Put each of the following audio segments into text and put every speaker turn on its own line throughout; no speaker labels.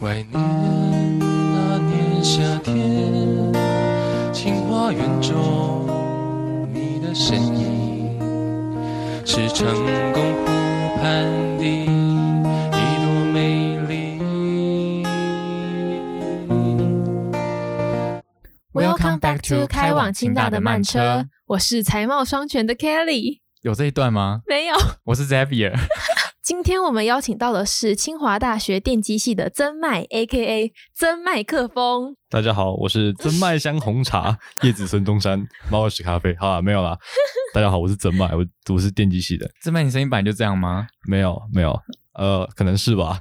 怀念那年夏天，清华园中你的身影，是成功湖畔的一朵美丽。
Welcome back to 开往
清
清
大
大
的
的
慢
慢
车
车，我是才貌双全的 Kelly。
有这一段吗？
没有，
我是 Xavier，
今天我们邀请到的是清华大学电机系的曾麦 （A.K.A. 曾麦克风
大家好，我是真麦香红茶、叶子孙中山、猫耳屎咖啡。好啦，啊没有啦。大家好，我是真麦，我我是电机系的。
这麦你声音版就这样 吗？
没有，没有，呃，可能是吧。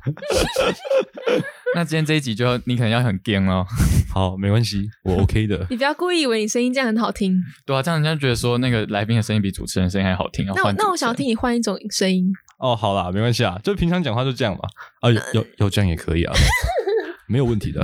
那今天这一集就你可能要很 g 哦。
好，没关系，我 OK 的》。。
你不要故意以为你声音这样很好听。
对啊，这样人家觉得说那个来宾的声音比主持人声音还好听。要啊
那我
换
那我想要
主持人
听你换一种声音。
哦，好啦，没关系啊，就平常讲话就这样嘛。啊，有有有这样也可以啊，没有问题的。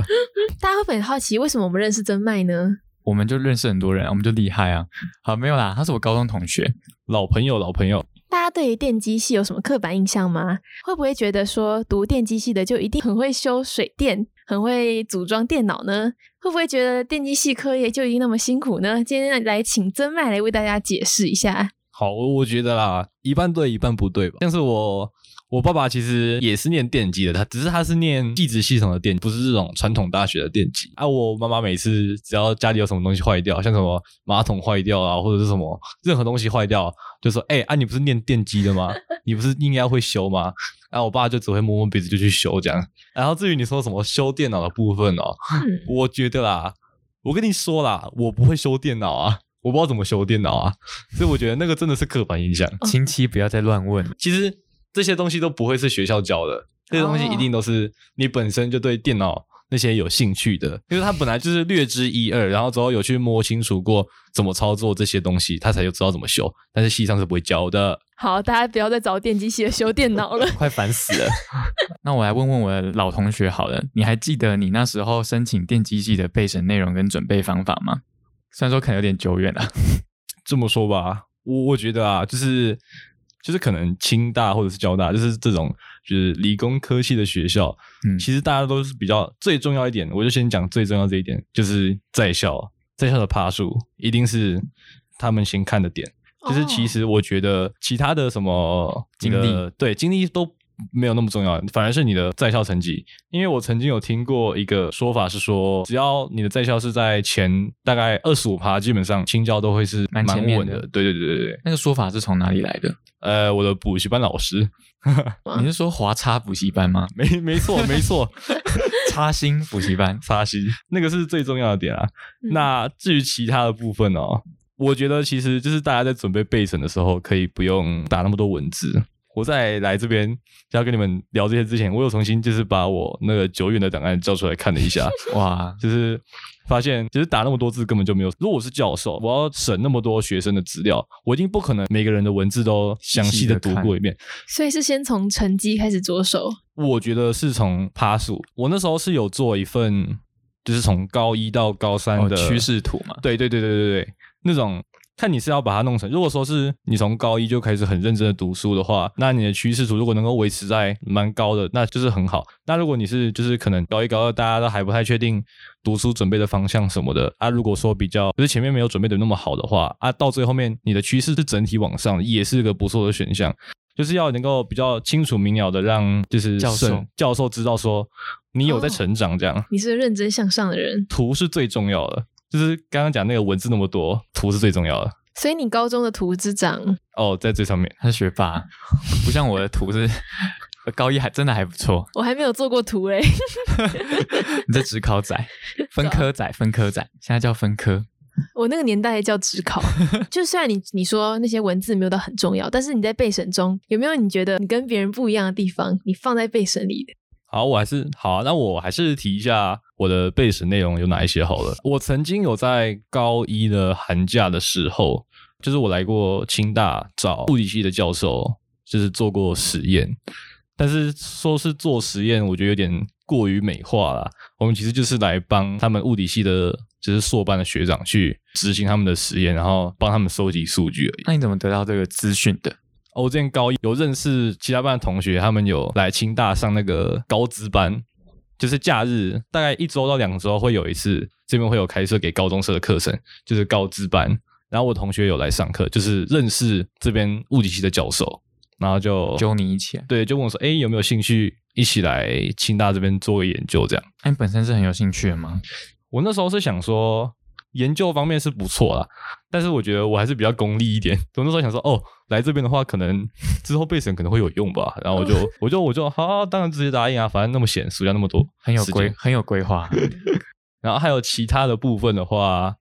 大家会不会很好奇为什么我们认识曾麦呢？
我们就认识很多人，我们就厉害啊。好，没有啦，他是我高中同学。
老朋友，老朋友，
大家对于电机系有什么刻板印象吗？会不会觉得说读电机系的就一定很会修水电，很会组装电脑呢？会不会觉得电机系科业就一定那么辛苦呢？今天来请曾麦来为大家解释一下。
好，我我觉得啦，一半对，一半不对吧。但是我我爸爸其实也是念电机的，他只是他是念地质系统的电，不是这种传统大学的电机啊。我妈妈每次只要家里有什么东西坏掉，像什么马桶坏掉啊，或者是什么任何东西坏掉，就说：“哎、啊，你不是念电机的吗？你不是应该会修吗？”然后我爸就只会摸摸鼻子就去修这样。然后至于你说什么修电脑的部分哦，
嗯
我觉得啦，我跟你说啦，我不会修电脑啊，我不知道怎么修电脑啊，所以我觉得那个真的是刻板印象。
嗯
亲戚不要再乱问，
其实这些东西都不会是学校教的，这些东西一定都是你本身就对电脑那些有兴趣的，因为他本来就是略知一二，然后之后有去摸清楚过怎么操作这些东西，他才有知道怎么修。但是系上是不会教的。
好，大家不要再找电机系的修电脑了。
快烦死了。那我来问问我的老同学好了，你还记得你那时候申请电机系的备审内容跟准备方法吗？虽然说可能有点久远了，啊
这么说吧，我我觉得啊，就是就是可能清大或者是交大，就是这种就是理工科系的学校，
嗯，
其实大家都是比较最重要一点，我就先讲最重要这一点，就是在校在校的爬树一定是他们先看的点。就是其实我觉得其他的什么你的
经历
对经历都没有那么重要，反而是你的在校成绩。因为我曾经有听过一个说法是说，只要你的在校是在前大概二十五趴，基本上青教都会是
蛮
蛮
前面
稳
的
对对对对对，
那个说法是从哪里来的？
呃，我的补习班老师，
啊
你是说华差补习班 吗？
没没错没错，，
差星补习班
擦心，那个是最重要的点啊。
嗯
那至于其他的部分哦，我觉得其实就是大家在准备备审的时候，可以不用打那么多文字。我在来这边要跟你们聊这些之前，我有重新就是把我那个久远的档案叫出来看了一 下，
哇，
就是发现就是打那么多字根本就没有。如果我是教授，我要审那么多学生的资料，我一定不可能每个人的文字都详细的读过一遍。
所以是先从成绩开始着手。
我觉得是从趴数，我那时候是有做一份，就是从高一到高三
哦
的
趋势图嘛，
对对对对对对，那种看你是要把它弄成，如果说是你从高一就开始很认真的读书的话，那你的趋势图如果能够维持在蛮高的，那就是很好。那如果你是就是可能高一高二大家都还不太确定读书准备的方向什么的啊，如果说比较就是前面没有准备的那么好的话啊，到最后面你的趋势是整体往上的，也是个不错的选项。就是要能够比较清楚明了的让就是
教授
审教授知道说你有在
哦
成长这样。
你是认真向上的人，
图是最重要的，就是刚刚讲那个文字那么多，图是最重要的。
所以你高中的图纸长
哦，在最上面，
他是学霸，不像我的图是高一还真的还不错，
我还没有做过图欸诶、
你这职考 仔、分科
啊
仔、分科仔，现在叫分科，
我那个年代叫职 考，就虽然你你说那些文字没有到很重要，但是你在备审中有没有你觉得你跟别人不一样的地方？你放在备审里的
好，我还是好啊、那我还是提一下我的备审内容有哪一些好了。我曾经有在高一的寒假的时候，就是我来过清大找物理系的教授，就是做过实验，但是说是做实验，我觉得有点过于美化啦。我们其实就是来帮他们物理系的，就是硕班的学长去执行他们的实验，然后帮他们收集数据而已。
那你怎么得到这个资讯的？
哦我之前高一有认识其他班的同学，他们有来清大上那个高职班，就是假日大概一周到两周会有一次，这边会有开设给高中生的课程，就是高资班。然后我同学有来上课，就是认识这边物理系的教授，然后就
揪你一起啊来。
对，就问我说：“哎、有没有兴趣一起来清大这边做个研究？”这样，
哎，你本身是很有兴趣的吗？
我那时候是想说，研究方面是不错啦，但是我觉得我还是比较功利一点。我那时候想说，哦，来这边的话，可能 之后备审可能会有用吧。然后我就，
嗯
我就，我就，好、当然直接答应啊，反正那么闲，暑假那么多，
很有
时间
规，很有规 划。
然后还有其他的部分的话，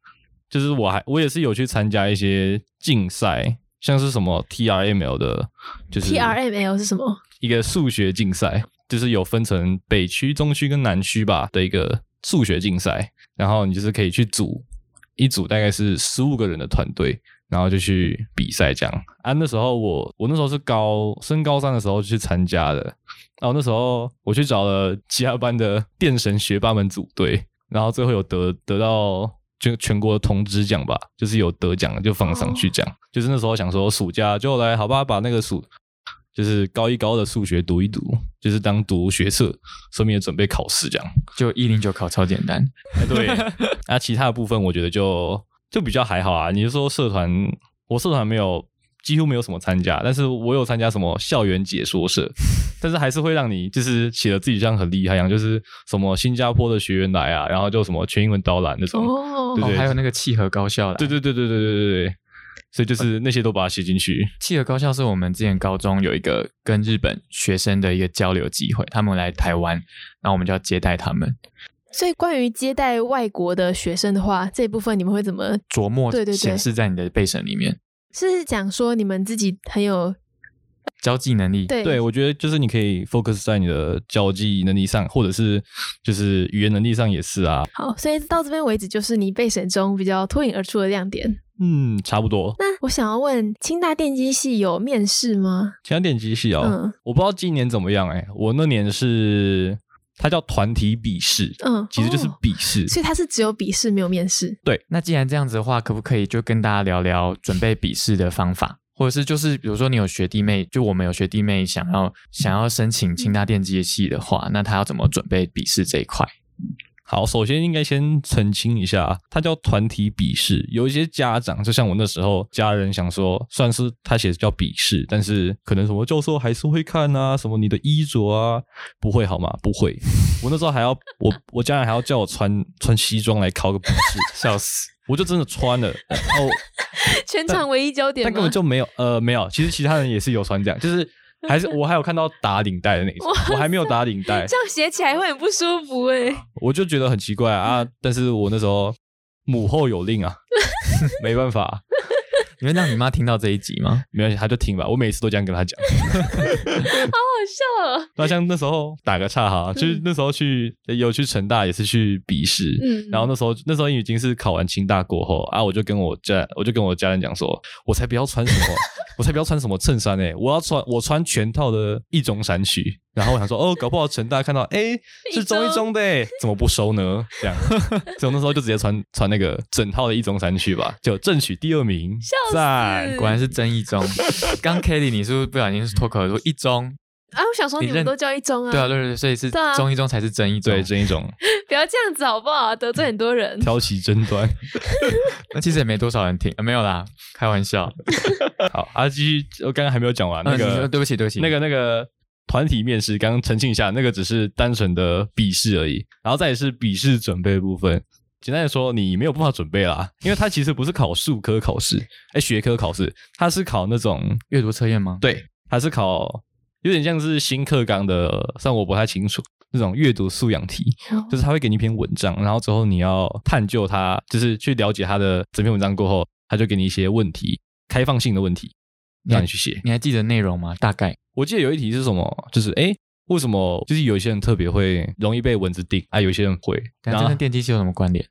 就是我还我也是有去参加一些竞赛，像是什么 TRML 的，就是
T R M L 是什么？
一个数学竞赛，就是有分成北区、中区跟南区吧的一个数学竞赛，然后你就是可以去组一组，大概是十五个人的团队，然后就去比赛这样。啊，那时候我我那时候是高升高三的时候去参加的，然后那时候我去找了其他班的电神学霸们组队，然后最后有得得到。全全国同知奖吧，就是有得奖的就放上去奖。就是那时候想说暑假就来，好吧，把那个暑就是高一高二的数学读一读，就是当读学测，顺便也准备考试这样。
就一零九考超简单，
对，那、其他的部分我觉得就就比较还好啊。你是说社团，我社团没有几乎没有什么参加，但是我有参加什么校园解说 社，但是还是会让你就是写的自己像很厉害一样，就是什么新加坡的学员来啊，然后就什么全英文导览那种。
哦
对，
哦，还有那个契合高校啦。
对对对对对对对对，所以就是那些都把它写进去。
契合高校是我们之前高中有一个跟日本学生的一个交流机会，他们来台湾，然后我们就要接待他们，
所以关于接待外国的学生的话，这一部分你们会怎么？
琢磨
对对对
显示在你的备审里面，
是讲说你们自己很有
交际能力。
对
对，我觉得就是你可以 focus 在你的交际能力上，或者是就是语言能力上也是啊。
好，所以到这边为止就是你备审中比较脱颖而出的亮点。
嗯，差不多。
那我想要问，清大电机系有面试吗？
前两点机系哦，
嗯
我不知道今年怎么样哎、我那年是它叫团体笔试，
嗯，
其实就是
哦
笔试。
所以他是只有笔试没有面试。
那既然这样子的话，可不可以就跟大家聊聊准备笔试的方法，或者是就是比如说你有学弟妹，就我们有学弟妹想要想要申请清大电机系的话，那他要怎么准备笔试这一块？
好，首先应该先澄清一下，它叫团体笔试。有一些家长，就像我那时候，家人想说，虽然是他写的叫笔试，但是可能什么教授还是会看啊，什么你的衣着啊，不会好吗？不会。我那时候还要，我我家人还要叫我穿穿西装来考个笔试，
笑死！
我就真的穿了，哦，
全场唯一焦点
但
吗？
根本就没有，呃，没有。其实其他人也是有穿这 样，就是还是我还有看到打领带的那一种，我还没有打领带，
这样写起来会很不舒服哎、
我就觉得很奇怪
嗯
啊。但是我那时候母后有令 啊，没办法，啊
你会让你妈听到这一集吗？
没关系，他就听吧。我每次都这样跟他讲。
好好笑哦。
那像那时候打个岔哈，就是那时候去有去成大，也是去笔试，
嗯
然后那时候那时候已经是考完清大过后啊，我就跟我家我就跟我家人讲说，我才不要穿什么， 我才不要穿什么衬衫哎、我要穿我穿全套的一中衫裙。然后我想说，哦，搞不好成大看到，哎，是中一中的、欸，怎么不收呢？这样，所以我那时候就直接穿穿那个整套的一中衫去吧，就争取第二名，
笑死
赞！
果然是真一 中。刚 Kelly，你是不是不小心脱口而出一中？
啊，我想说
你
你们
认
都叫一中啊，
对啊，对对对，所以是
对啊
中一中才是真一中。
对，这一种
不要这样子好不好？得罪很多人。
挑起争端。
那其实也没多少人听，呃、没有啦，开玩笑。
好，啊，继续，我刚刚还没有讲完那
嗯你
个
说，对不起，对不起，
那个那个团体面试，刚刚澄清一下，那个只是单纯的笔试而已，然后再也是笔试准备部分。简单的说，你没有办法准备啦， 因为它其实不是考数科考试，哎、学科考试，它是考那种，
阅读测验吗？
对，它是考有点像是新课纲的，虽然我不太清楚那种阅读素养题，
嗯
就是他会给你一篇文章，然后之后你要探究它，就是去了解它的整篇文章过后，他就给你一些问题，开放性的问题，让你去写。
你还记得内容吗？大概
我记得有一题是什么，就是哎，诶为什么就是有一些人特别会容易被蚊子叮啊，有一些人不会，
等
然
啊下这
后
跟电机系有什么关联？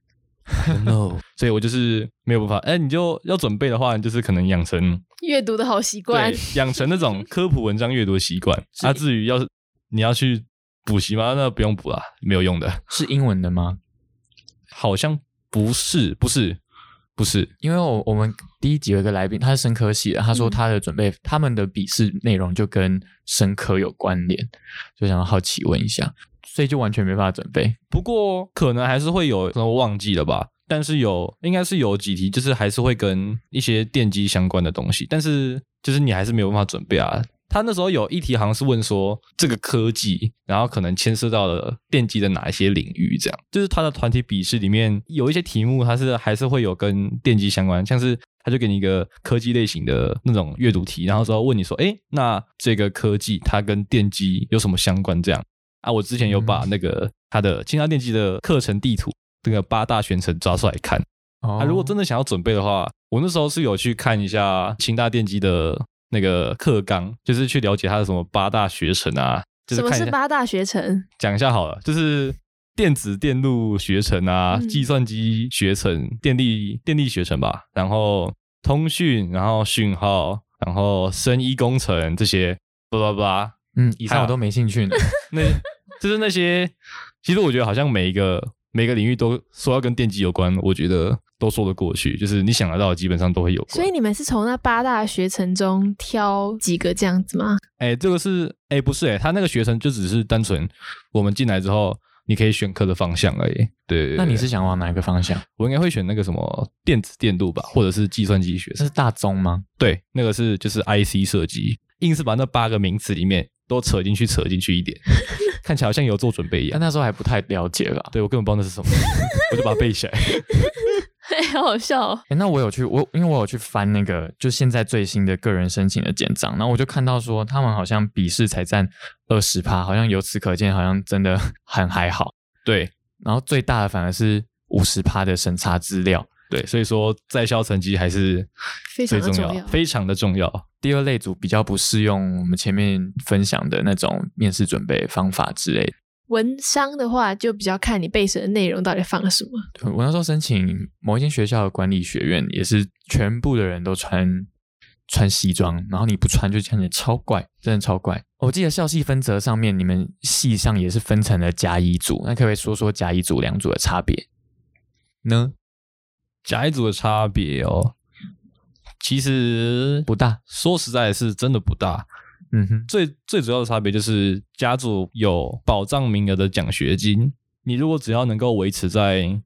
no，所以我就是没有办法，哎，你就要准备的话，你就是可能养成
阅读的好习惯
对，养成那种科普文章阅读的习惯。
是
啊，至于要是你要去补习吗？那不用补啊，没有用的，
是英文的吗？
好像不是，不是，不是，
因为我我们第一集有一个来宾，他是生科系的，他说他的准备、他们的笔试内容就跟生科有关联，就想要好奇问一下，所以就完全没办法准备。
不过可能还是会有什么忘记了吧。但是有应该是有几题，就是还是会跟一些电机相关的东西，但是就是你还是没有办法准备啊。他那时候有一题好像是问说这个科技，然后可能牵涉到了电机的哪一些领域，这样就是他的团体笔试里面有一些题目，它是还是会有跟电机相关，像是他就给你一个科技类型的那种阅读题，然后之后问你说，哎，那这个科技它跟电机有什么相关？这样啊，我之前有把那个他的清华电机的课程地图。这个八大全程抓出来看。
哦
啊，如果真的想要准备的话，我那时候是有去看一下清大电机的那个课纲，就是去了解它的什么八大学程啊，就是
什么
看一
是
下
八大学程？
讲一下好了，就是电子电路学程啊，
嗯
计算机学程、电力电力学程吧，然后通讯，然后讯号，然后生医工程这些，巴拉巴拉，
嗯，以上
还
我
有
都没兴趣呢。
那就是那些，其实我觉得好像每一个每个领域都说要跟电机有关，我觉得都说得过去，就是你想得到的基本上都会有关。
所以你们是从那八大学程中挑几个这样子 吗？
哎、这个是哎、不是哎、他那个学程就只是单纯我们进来之后你可以选课的方向而已。对对
那你
对
是想往哪个方向？
我应该会选那个什么电子电路吧，或者是计算机学
这
程。
是大宗吗？
对，那个是就是 IC 设计，硬是把那八个名词里面都扯进去，扯进去一点， 看起来好像有做准备一
但
样。
啊那时候还不太了解吧。
对我根本不知道那是什么， 我就把它背起来。
好好笑、哦。
诶那我有去，我因为我有去翻那个，就现在最新的个人申请的简章，然后我就看到说，他们好像笔试才占二十趴，好像由此可见，好像真的很还好。
对，
然后最大的反而是五十趴的审查资料，
对，所以说在校成绩还是
非常
最
的
重
重要
非常的重要。
第二类组比较不适用我们前面分享的那种面试准备方法之类的。
文商的话，就比较看你备审的内容到底放了什么。
对我那时候申请某一间学校的管理学院，也是全部的人都穿穿西装，然后你不穿就看起来超怪，真的超怪。我记得校系分则上面，你们系上也是分成了甲乙组，那可不可以说说甲乙组两组的差别呢？
甲乙组的差别哦，其实
不大，
说实在是真的不大。
嗯哼，
最最主要的差别就是甲组有保障名额的奖学金，你如果只要能够维持在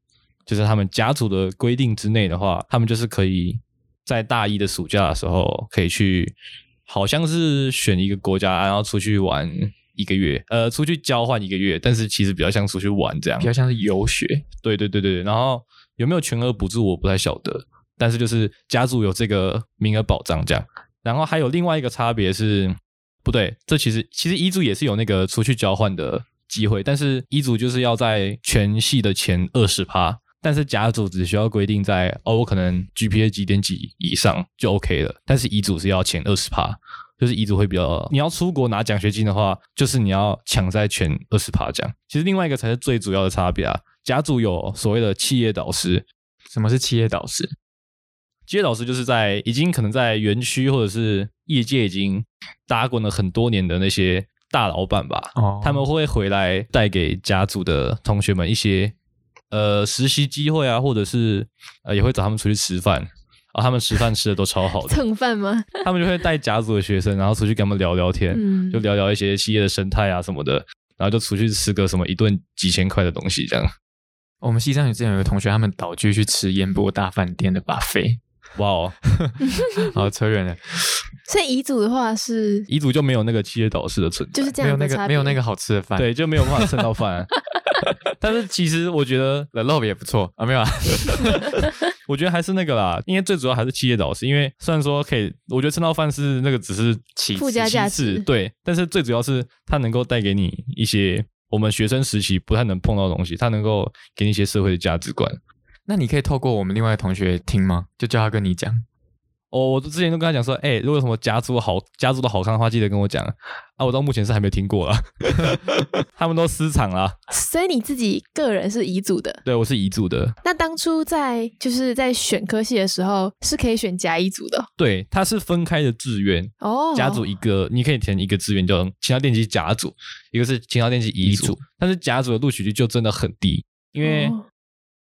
就是他们甲组的规定之内的话，他们就是可以在大一的暑假的时候可以去，好像是选一个国家，然后出去玩一个月，呃，出去交换一个月，但是其实比较像出去玩这样
比。较像是游学，
对对对对，对然后有没有全额补助我不太晓得，但是就是家族有这个名额保障这样。然后还有另外一个差别是，不对，这其实其实一组也是有那个出去交换的机会，但是一组就是要在全系的前二十趴，但是甲组只需要规定在哦，我可能 GPA 几点几以上就 OK 了，但是乙组是要前二十趴。就是遗嘱会比较，呃你要出国拿奖学金的话，就是你要抢在前二十趴奖。其实另外一个才是最主要的差别啊。甲组有所谓的企业导师，
什么是企业导师？
企业导师就是在已经可能在园区或者是业界已经打滚了很多年的那些大老板吧，
哦
他们会回来带给甲组的同学们一些呃实习机会啊，或者是呃也会找他们出去吃饭。啊，他们吃饭吃的都 超好的，
蹭饭吗？
他们就会带甲组的学生，然后出去跟他们聊聊天，
嗯
就聊聊一些企业的生态啊什么的，然后就出去吃个什么一顿几千块的东西这样。
哦我们系上有之前有个同学，他们岛居去吃烟波大饭店的 buffet，
哇 哦，
好扯远了，
所以乙组的话是
彝族就没有那个企业导师的存在，
就是这
没有
样
那
的
个
差别，
没有那个好吃的饭，
对，就没有办法蹭到饭、啊 但是其实我觉得，
，the love 也不错啊，没有啊，
我觉得还是那个啦，因为最主要还是企业导师，因为虽然说可以，我觉得蹭到饭是那个只是其
附加
其
价
次
值
对，但是最主要是它能够带给你一些我们学生时期不太能碰到的东西，它能够给你一些社会的价值观。
那你可以透过我们另外的同学听吗？就叫他跟你讲。
哦，我之前都跟他讲说，哎、如果有什么家族好家族的好看的话，记得跟我讲啊。我到目前是还没听过 啊， 他们都私藏啦。
所以你自己个人是乙组的。
对，我是彝族的，
那当初在就是在选科系的时候，是可以选甲乙组的
对，它是分开的志愿，
哦。
甲组一个，你可以填一个志愿叫清华电机甲组，一个是清华电机乙
乙
组
组，
但是甲组的录取率就真的很低，因为、
哦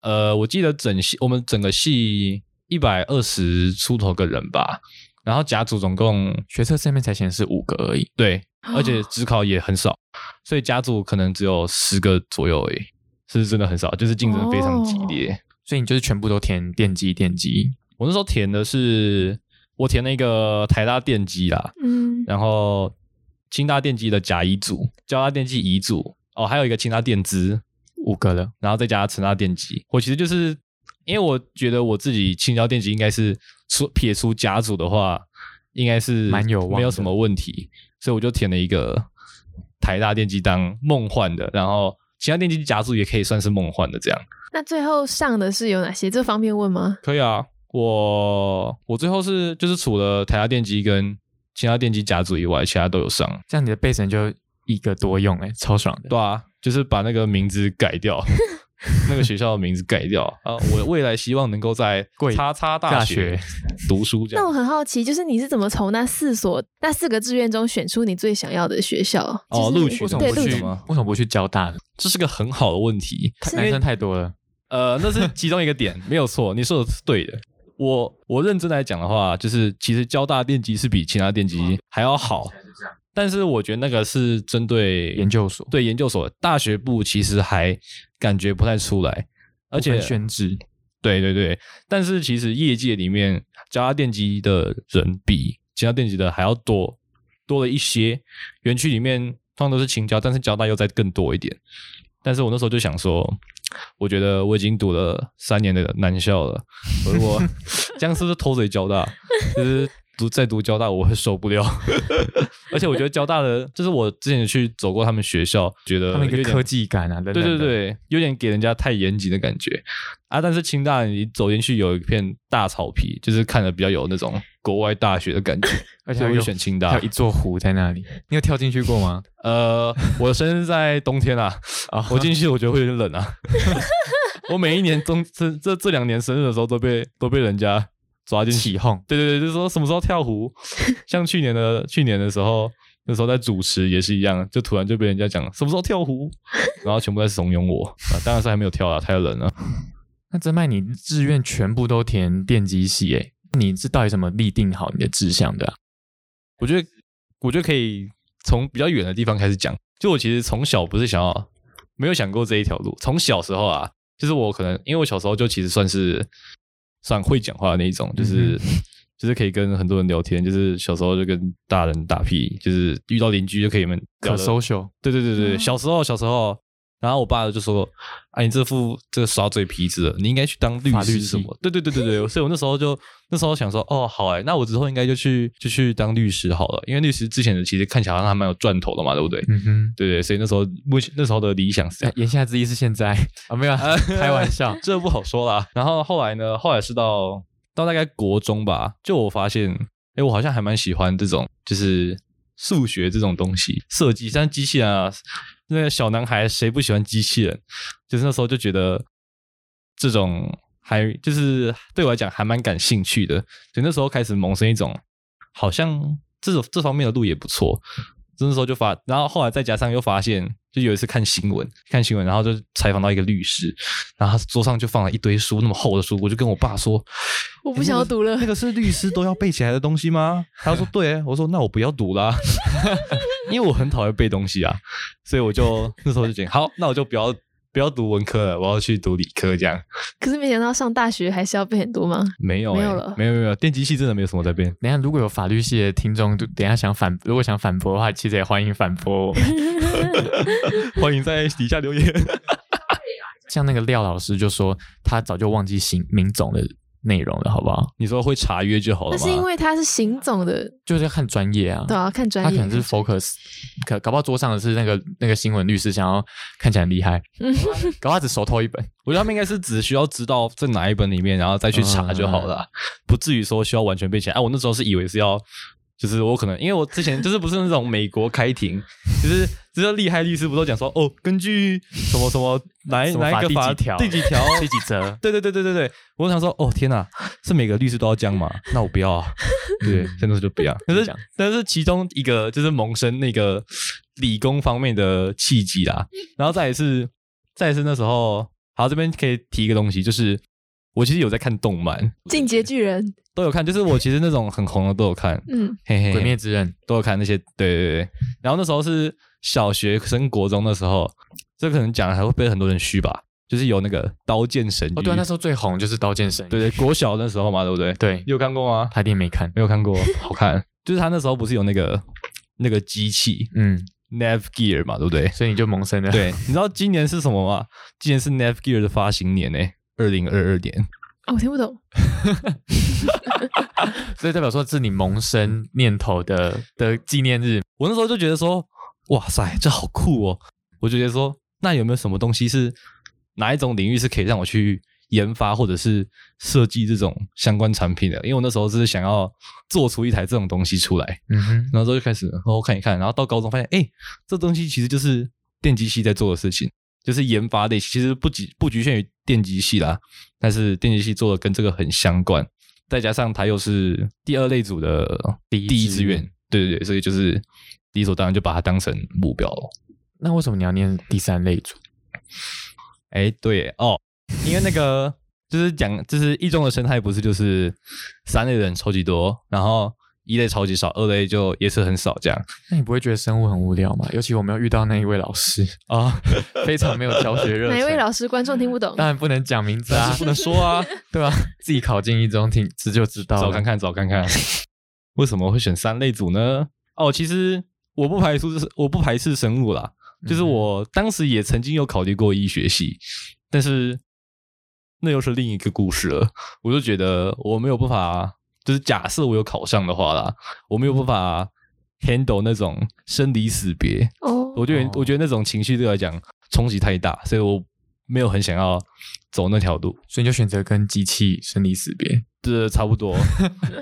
呃，我记得整系我们整个系一百二十出头个人吧，然后甲组总共
学测上面才显示五个而已，
对
啊
而且职考也很少，所以甲组可能只有十个左右而已，是真的很少，就是竞争非常激烈。
所以你就是全部都填电机电机，
我那时候填的是我填那个台大电机啦，
嗯，
然后清大电机的甲乙组、交大电机乙组，哦，还有一个清大电资，
五个了。
然后再加成大电机。我其实就是因为我觉得我自己青椒电机应该是除撇除甲组的话，应该是
蛮有望的
没有什么问题，所以我就填了一个台大电机当梦幻的，然后其他电机甲组也可以算是梦幻的这样。
那最后上的是有哪些？这方便问吗？
可以啊，我我最后是就是除了台大电机跟其他电机甲组以外，其他都有上。
这样你的备审就一个多用、欸，哎，超爽的。
对啊，就是把那个名字改 掉，那个学校的名字改掉啊！我未来希望能够在
贵
叉叉大
大
学
学
读书这
那我
样。
很好奇，就是你是怎么从那四所、那四个志愿中选出你最想要的学校？
哦
就是
录取
为什么
对
不
录
去？为
取
什么不去交大呢？
这是个很好的问题，
是
男生太多了，
呃，那是其中一个点， 没有错，你说的是对的。我我认真来讲的话，就是其实交大电机是比其他电机还要好，但是我觉得那个是针对
研究所
对研究所大学部，其实还感觉不太出来，而且
不分宣制
对对对，但是其实业界里面，交大电机的人比其他电机的还要多，多了一些。园区里面通常都是青交，但是交大又再更多一点。但是我那时候就想说，我觉得我已经读了三年的南校了，我如果 这样是不是偷嘴交大？就是读再读交大，我会受不了。 而且我觉得交大的，就是我之前去走过他们学校，觉得
他们一
呃有
个
点
科技感啊，对
对对，对，有点给人家太严谨的感觉啊。但是清大你走进去有一片大草皮，就是看着比较有那种国外大学的感觉，
而且还
所以我
有
就选清
还
大
有一。座湖在那里，你有跳进去过吗？
呃，我的生日在冬天啊，
啊
我进去我觉得会有点 冷啊。我每一年冬这这这两年生日的时候都被都被人家抓进去
起，哄，
对对对，就是说什么时候 跳湖，像去年的去年的时候，那时候在主持也是一样，就突然就被人家讲什么时候跳湖，然后全部在怂恿我，啊、当然是还没有跳啊，太冷了。
那真麦，你志愿全部都填电机系、欸，你是到底怎么立定好你的志向的、啊？
我觉得，我觉得可以从比较远的地方开始讲。就我其实从小不是想要，没有想过这一条路。从小时候啊，就是我可能因为我小时候就其实算是算会讲话的那一种，就是、就是可以跟很多人聊天，就是小时候就跟大人打屁，就是遇到邻居就可以们
可
聊得
social，
对对对对，
嗯
小时候小时候，然后我爸就说：“啊，你这副这个耍嘴皮子的，你应该去当律
法律
师
系
什么？”对对对对对， 所以我那时候就那时候想说：“哦，好哎、那我之后应该就去就去当律师好了，因为律师之前的其实看起来好像还蛮有赚头的嘛，对不对？”
嗯哼。
对对，所以那时候目前那时候的理想是这样
哎。言下之意是现在啊，没有啊，
呃 。
开玩笑
这不好说啦。然后后来呢，后来是到到大概国中吧，就我发现，哎，我好像还蛮喜欢这种，就是数学这种东西，设计，像机器人啊，那个小男孩谁不喜欢机器人？就是那时候就觉得这种还就是对我来讲还蛮感兴趣的，所以那时候开始萌生一种好像这种这方面的路也不错。那时候就发，然后后来再加上又发现，就有一次看新闻，看新闻，然后就采访到一个律师，然后他桌上就放了一堆书，那么厚的书，我就跟我爸说，哎
我不想要读了
那个是律师都要背起来的东西吗？他说对、啊我说那我不要读啦， 因为我很讨厌背东西啊，所以我就那时候就觉得好，那我就不要不要读文科了，我要去读理科这样。
可是没想到上大学还是要背很多吗？
没有、欸，
没有了
没有没有没有，电机系真的没有什么在变。
等一下如果有法律系的听众，就等一下想反，如果想反驳的话，其实也欢迎反驳我们。
欢迎在底下留言。
像那个廖老师就说，他早就忘记行明总的内容了，好不好？
你说会查约就好了嗯
那
吗？
是因为他是邢总的，
就是要看专业啊，
对啊，看专
他可
业。
能是 focus，可搞不好桌上的是那个那个新闻律师，想要看起来很厉害，
嗯
搞不好他只手偷一本，
我觉得他们应该是只需要知道在哪一本里面，然后再去查就好了
嗯
啊，不至于说需要完全背起来。啊，我那时候是以为是要，就是我可能因为我之前就是不是那种美国开庭，就是就是厉害律师不都讲说哦，根据什么什么哪一
什么
哪一个
法
法
第几条
第几条
第几折？
对对对对对对，我想说，哦天哪，是每个律师都要这样吗？ 那我不要啊，对，真的是就不要。 但
就是这样
但是其中一个就是萌生那个理工方面的契机啦，然后再也是再也是那时候，好这边可以提一个东西，就是我其实有在看动漫，
进阶巨人，
都有看，就是我其实那种很红的都有 看，
嗯，
嘿嘿，
鬼灭之刃
都有看那些，对对对。然后那时候是小学升国中的时候，这可能讲了还会被很多人虚吧，就是有那个《刀剑神域》
哦，对啊，那时候最红就是《刀剑神域》
嗯对对，国小那时候嘛，对不对？
对
你有看过吗？
他一定没看，
没有 看过，好看。就是他那时候不是有那个那个机器
嗯，
Nav Gear 嘛，对不对？
所以你就萌生了，
对，你知道今年是什么吗？今年是 Nav Gear 的发行年呢、欸，二零二二年。
哦，我听不懂，
所以代表说是你萌生念头的的纪念日，
我那时候就觉得说，哇塞，这好酷哦！我就觉得说，那有没有什么东西是哪一种领域是可以让我去研发或者是设计这种相关产品的？因为我那时候就是想要做出一台这种东西出来，
嗯哼，
然后之后就开始然后看一看，然后到高中发现，哎，这东西其实就是电机系在做的事情，就是研发类，其实不局不局限于电机系啦，但是电机系做的跟这个很相关，再加上它又是第二类组的
第一
第一
志
志愿
愿，
对对对，所以就是理所当然就把它当成目标了。
那为什么你要念第三类组？
哎，对耶哦，因为那个就是讲，就是一中的生态不是就是三类的人超级多，然后一类超级少，二类就也是很少这样
那你不会觉得生物很无聊吗？尤其我没有遇到那一位老师，
啊，
非常没有教学热
哪
忱。
一位老师观众听不懂？
当然不能讲名字啊，
不能说啊。
对啊，自己考进一中听知就知道了。
找看看，找看 看，为什么会选三类组呢？哦，其实我不排除，我不排斥生物啦，就是
嗯
我当时也曾经有考虑过医学系，但是那又是另一个故事了。我就觉得我没有办法，就是假设我有考上的话啦，我没有办法 handle 那种生离死别，
哦，
我觉得、
哦
我觉得那种情绪对我来讲冲击太大，所以我没有很想要走那条路。
所以你就选择跟机器生离死别。
这呃差不多，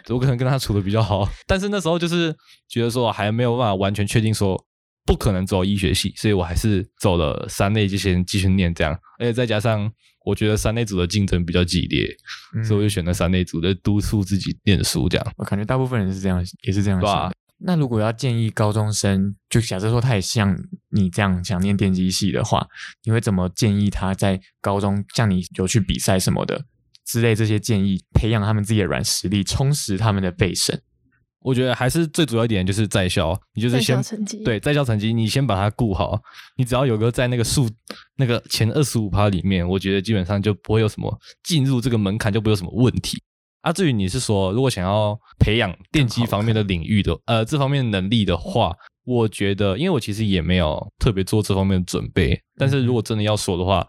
我可能跟他处的比较好，但是那时候就是觉得说还没有办法完全确定说不可能走医学系，所以我还是走了三类就先继续念这样，而且再加上我觉得三类组的竞争比较激烈，
嗯
所以我就选了三类组的督促自己念书这样。
我感觉大部分人是这样，也是这样
对
想
啊
的。那如果要建议高中生，就假设说他也像你这样想念电机系的话，你会怎么建议他在高中像你有去比赛什么的之类这些建议，培养他们自己的软实力，充实他们的背身？
我觉得还是最主要一点就是在校，你就是
在
先
校成绩，
对，在校成绩，你先把它顾好。你只要有个在那个数那个前二十五趴里面，我觉得基本上就不会有什么进入这个门槛就不会有什么问题。啊，至于你是说如果想要培养电机方面的领域的呃这方面能力的话，我觉得因为我其实也没有特别做这方面的准
嗯
备，但是如果真的要说的话。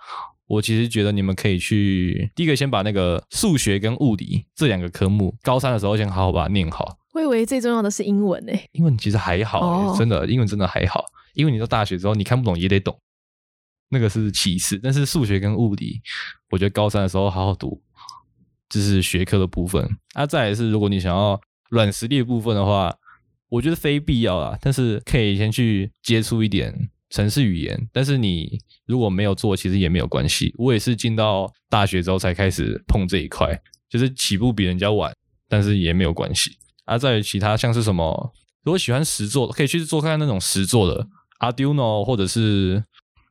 我其实觉得你们可以去，第一个先把那个数学跟物理这两个科目，高三的时候先好好把它念好，
我以为最重要的是英文呢。
英文其实还好、欸
哦
真的，英文真的还好。英文你到大学之后，你看不懂也得懂，那个是其次。但是数学跟物理，我觉得高三的时候好好读，这是学科的部分。啊，再来是如果你想要软实力的部分的话，我觉得非必要啦，但是可以先去接触一点城市语言。但是你如果没有做，其实也没有关系。我也是进到大学之后才开始碰这一块，就是起步比人家晚，但是也没有关系。啊，在于其他像是什么，如果喜欢实作，可以去做看看那种实作的 Arduino 或者是。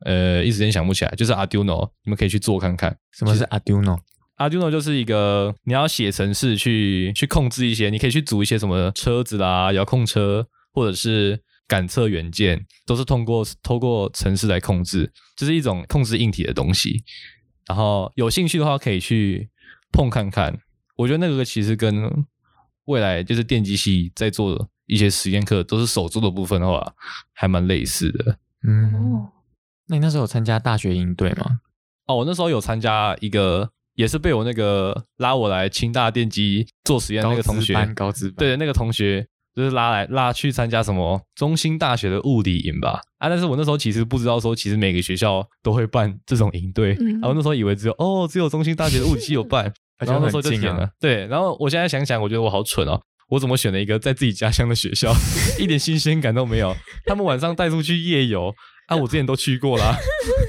呃，一时间想不起来，就是 Arduino，你们可以去做看看。
什么是 Arduino？
Arduino 就是一个你要写程式去去控制一些，你可以去组一些什么车子啦、遥控车，或者是感测元件，都是通过透过程式来控制，这、是一种控制硬体的东西。然后有兴趣的话，可以去碰看看。我觉得那个其实跟未来就是电机系在做的一些实验课，都是手做的部分的话，还蛮类似的。
哦
嗯，，那你那时候有参加大学营队吗？
哦，我那时候有参加一个，也是被我那个拉我来清大电机做实验那个同学
高，职班，高职班，
对，那个同学就是拉来拉去参加什么中兴大学的物理营吧。啊，但是我那时候其实不知道说，其实每个学校都会办这种营队。
嗯
然后那时候以为只有哦，只有中兴大学的物理系有办，
而且
然后
很
那时候就
近
填
啊
了。对，然后我现在想想，我觉得我好蠢哦。我怎么选了一个在自己家乡的学校， 一点新鲜感都没有？他们晚上带出去夜游啊，我之前都去过啦，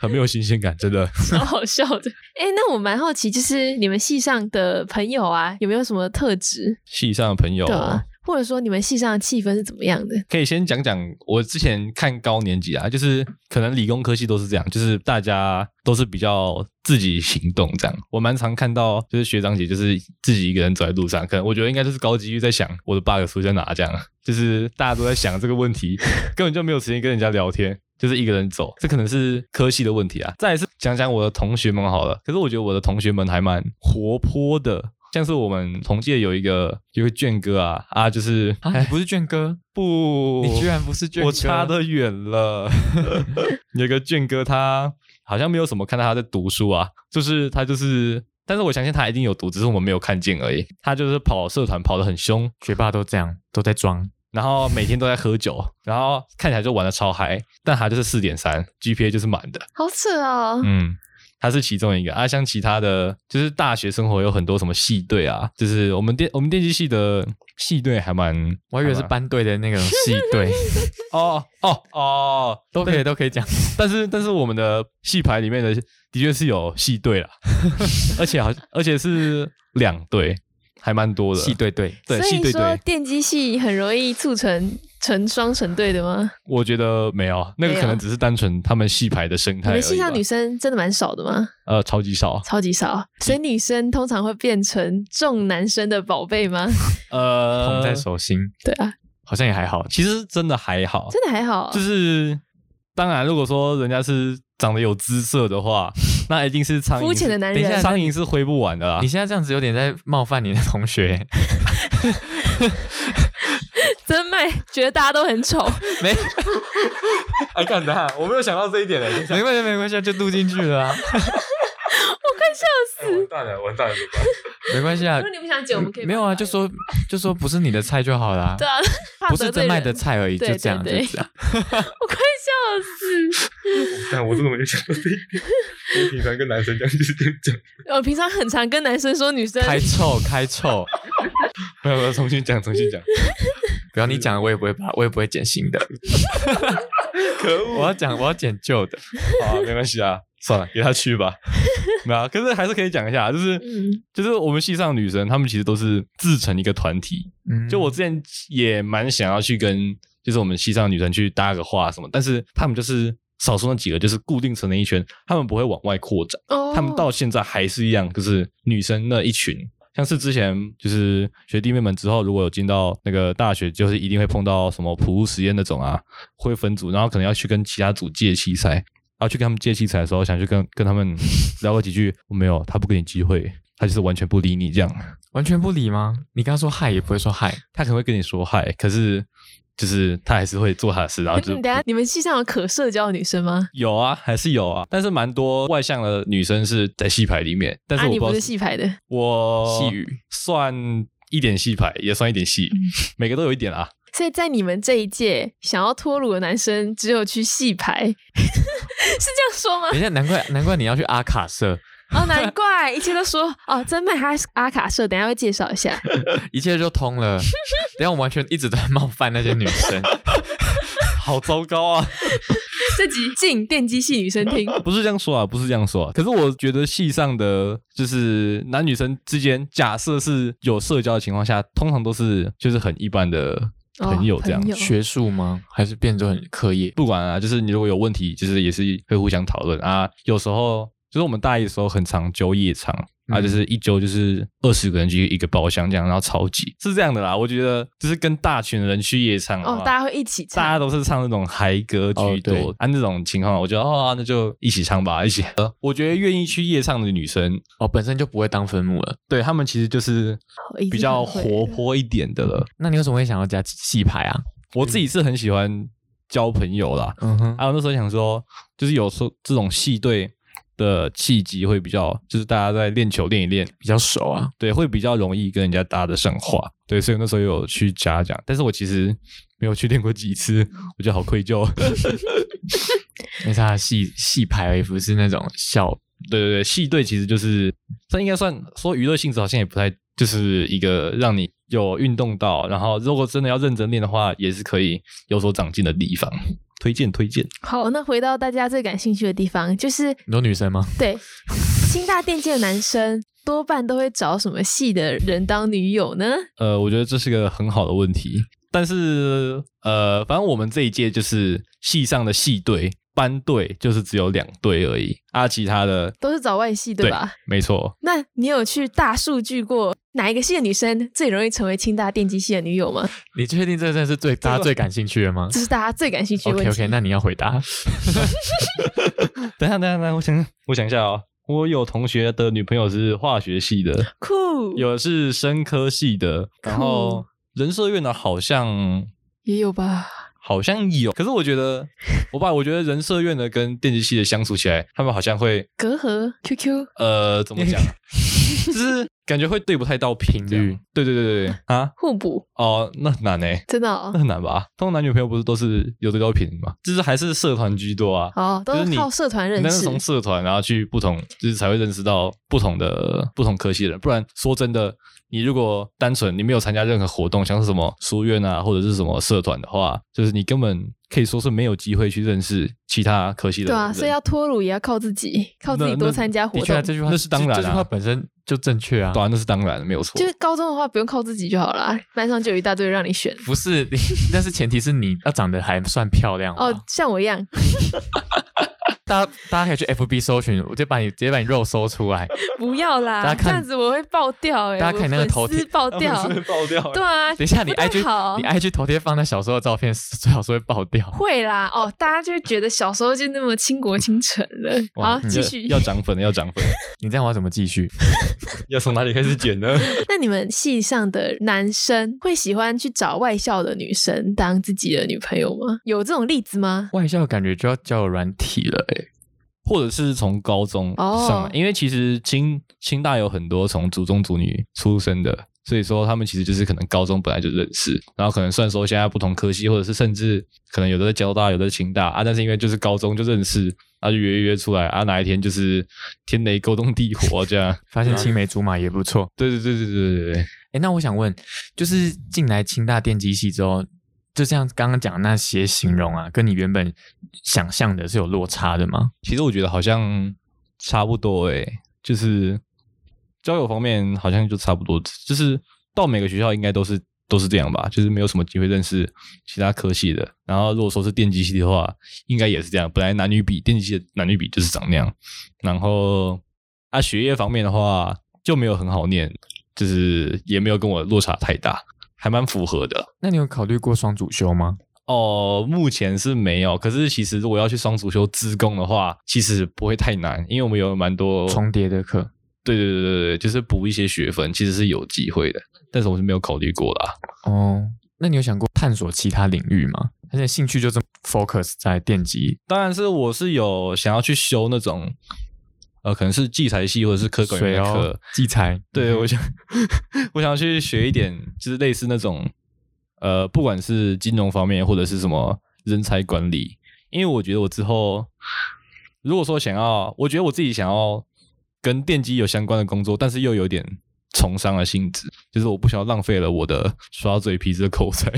很没有新鲜感，真的。
超好笑的。哎、那我蛮好奇，就是你们系上的朋友啊，有没有什么特质？
系上的朋友，
对啊，或者说你们系上的气氛是怎么样的？
可以先讲讲我之前看高年级啊，就是可能理工科系都是这样，就是大家都是比较自己行动这样。我蛮常看到，就是学长姐就是自己一个人走在路上，可能我觉得应该就是高几率在想我的 bug 出在哪这样，就是大家都在想这个 问题，根本就没有时间跟人家聊天。就是一个人走，这可能是科系的问题啊。再来是讲讲我的同学们好了，可是我觉得我的同学们还蛮活泼的，像是我们同届有一个有一个卷哥啊啊，就是
啊，你不是卷哥，
不，
你居然不是卷哥，
我差得 远了。有个卷哥，他好像没有什么看到他在读书啊，就是他就是，但是我相信他一定有读，只是我们没有看见而已。他就是跑社团跑得很凶，
学霸都这样，都在装。
然后每天都在喝酒， 然后看起来就玩的超嗨，但他就是四点三，GPA 就是满的。
好扯哦！
嗯，他是其中一个啊。像其他的，就是大学生活有很多什么系队啊，就是我们电我们电机系的系队还蛮，
我还以为是
还蛮
班队的那种系 队，
哦哦 哦，
都可以都可以讲。
但是但是我们的戏牌里面的的确是有戏 队啦，而且好而且是两队，还蛮多的
系队队，
对
所
戏
以
队
说
队，
电机系很容易促成成双成对的吗？
我觉得没有啊那个
没有
可能只是单纯他们戏牌的生
你
态而已
们
吧。
系上女生真的蛮少的吗？
呃超级少，
超级少，所以女生通常会变成众男生的宝贝吗？
呃
捧在手心，
对啊，
好像也还好。
其实真的还好，
真的还好，啊
就是当然如果说人家是长得有姿色的 话，那一定是苍蝇
肤浅的男人
等一下苍蝇是挥不完的啊啦
你。现在这样子有点在冒犯你的同学，
真麦觉得大家都很丑，
没
还敢的，我没有想到这一点嘞。
没关系没关系，就录进去了啊，
完蛋了，完蛋了，
没关系啊
如果。你不想剪，我们可以
没有啊，就说就说不是你的菜就好啦
对，啊， 怕
不是
得罪
真麦
人
的，菜而已，
对
就这样就
对对
这样。
我快笑死。
但我真的没有想到这一点。我平常跟男生讲就是这样讲。
我平常很常跟男生说女生
开臭开臭，
没有没有，重新讲，重新 讲。
不要你讲，我也不会把，我也不会剪新的。
可恶！
我要讲，我要剪旧的。
好、没关系啊，算了，给他去 吧。没有、啊，可是还是可以讲一下，就是、
嗯
就是我们系上女生，她们其实都是自成一个团体。
嗯
就我之前也蛮想要去跟，就是我们系上女生去搭个话什么，但是她们就是少数那几个，就是固定成了一圈，她们不会往外扩展。
哦，
他们到现在还是一样，就是女生那一群。像是之前就是学弟妹们之后，如果有进到那个大学，就是一定会碰到什么普物实验那种啊，会分组，然后可能要去跟其他组借器材，然后去跟他们借器材的时候，想去跟跟他们 聊个几句，我没有，他不给你机会，他就是完全不理你这样，
完全不理吗？你刚刚说嗨也不会说嗨，
他可能会跟你说嗨，可是就是他还是会做他的事，然后就
你等一下，你们系上有可社交的女生吗？
有啊，还是有啊，但是蛮多外向的女生是在戏牌里面，但是
啊，
我不
你
知道
不是
是
系排的，
我
细语
算一点戏牌，也算一点戏，每个都有一点啊。
所以在你们这一届想要脱乳的男生，只有去系排， 是这样说吗？
等一下，难怪难怪你要去阿卡社，
哦，难怪一切都说哦，真麦还是阿卡社，等一下会介绍一 下。
一切就通 了。等一下我完全一直在冒犯那些女生，
好糟糕啊！
这集进电机系女生哦听，
不是这样说啊，不是这样说啊。可是我觉得戏上的就是男女生之间，假设是有社交的情况下，通常都是就是很一般的
哦
朋友这样。
朋友
学术吗？还是变得很课业？
不管啊，就是你如果有问题，就是也是会互相讨论啊。有时候就是我们大一的时候很常揪夜场啊，
嗯
就是一揪就是二十个人去一个包厢这样，然后超级是这样的啦。我觉得就是跟大群人去夜场
哦
啊，
大家会一起
大
唱。
家都是唱那种嗨歌居多、
哦对
啊，那种情况，我觉得哦、啊那就一起唱吧，一 起。呃，我觉得愿意去夜唱的女生，
哦，本身就不会当分母了。
对她们其实就是
哦已经
比较
很会嗯
活泼一点的了。
那你为什么会想要加戏牌啊？
我自己是很喜欢交朋友啦，
嗯哼，
啊，我那时候想说，就是有时候这种系队的契机会比较，就是大家在练球练一练，
比较熟啊。
对，会比较容易跟人家搭得上话，对，所以那时候有去加讲，但是我其实没有去练过几次，我觉得好 愧疚。
没啥戏戏牌而已，不是那种笑。
对对对，系队其实就是，这应该算说娱乐性质好像也不太，就是一个让你有运动到，然后如果真的要认真练的话，也是可以有所长进的地方。推荐推荐，
好，那回 到大家最感兴趣的地方，就是
你说女生吗？
对清大电机的男生多半都会找什么系的人当女友呢？
呃，我觉得这是个很好的问题。但是呃，反正我们这一届就是系上的系队、班队，就是只有两队而已啊，其他的
都是找外系对吧？
没错，
那你有去大数据过哪一个系的女生最容易成为清大电机系的女友吗？
你确定这真的是最大家最感兴趣的吗
这是大家最感兴趣的问
？OK
题。
OK，那你要回答。
等一下，等一下，等一下，我想，我想一下哦。我有同学的女朋友是化学系的，
酷
有的是生科系的，然后人社院的好像
也有吧？
好像有，可是我觉得，我把我觉得人社院的跟电机系的相处起来，他们好像会
隔阂 QQ
呃怎么讲啊，就是感觉会对不太到频
频率
率。对对对对对啊，
互补，
哦，那很难呢、
真的
那
哦，
很难吧？通常男女朋友不是都是有对到频率吗？就是还是社团居多啊。
哦，都
就是
是
你
靠社团认
那是
识。
从社团，然后去不同，就是才会认识到不同的不同科系的人。不然说真的，你如果单纯你没有参加任何活动，像是什么书院啊，或者是什么社团的话，就是你根本可以说是没有机会去认识其他科系的
对
人。
啊，所以要脱乳也要靠自己，靠自己
那
多
那
参加活
的确啊，
动。
这句话
那是当然啊
这句话本身就正确啊。
对啊，那是当然没有错。
就是高中的话，不用靠自己就好啦，班上就有一大堆让你选。
不是， 你但是前提是你要长得还算漂亮嘛
哦，像我一样，
大家大家可以去 FB 搜寻，我就把你直接把你肉搜出来，
不要啦，
大家
这
看
样子我会爆掉哎、欸，
大家看那个
我粉
头
丝
贴
爆
他
掉
们，是爆掉 了
对啊，
等一下，你
不太
IG
好
你 IG 头贴放在小时候的照片，最好是会爆掉。
会啦，哦，大家就会觉得小时候就那么倾国倾城了。
哇
好，
你
继
这
续。
要涨粉了，要涨粉了，
你这样我要怎么继续？
要从哪里开始剪呢？
那你们系上的男生会喜欢去找外校的女生当自己的女朋友吗？有这种例子吗？
外校感觉就要交友软体了、欸，
或者是从高中上来
哦
因为其实清清大有很多从族中族女出身的，所以说他们其实就是可能高中本来就认识，然后可能虽然说现在不同科系，或者是甚至可能有的在交大，有的在清大啊，但是因为就是高中就认识，啊就约一约出来啊，哪一天就是天雷勾动地火这样，
发现青梅竹马也不错。
对对对对对对对，
哎、那我想问，就是进来清大电机系之后，就像刚刚讲的那些形容啊，跟你原本想象的是有落差的吗？
其实我觉得好像差不多诶、就是交友方面好像就差不多，就是到每个学校应该都是都是这样吧，就是没有什么机会认识其他科系的。然后如果说是电机系的话，应该也是这样，本来男女比电机系的男女比就是长那样。然后啊，学业方面的话就没有很好念，就是也没有跟我落差太大，还蛮符合的。
那你有考虑过双主修吗？
哦，目前是没有。可是其实如果要去双足修资工的话，其实不会太难，因为我们有蛮多
重叠的课，
对对对对对，就是补一些学分，其实是有机会的。但是我是没有考虑过啦。
哦，那你有想过探索其他领域吗？而且兴趣就这么 focus 在电机
当然是我是有想要去修那种，呃，可能是器材系或者是科管
水
院的课。
哦器材，
对，我想 我想去学一点，就是类似那种，呃，不管是金融方面或者是什么人才管理，因为我觉得我之后如果说想要，我觉得我自己想要跟电机有相关的工作，但是又有点从商的性质，就是我不想要浪费了我的耍嘴皮子的口才。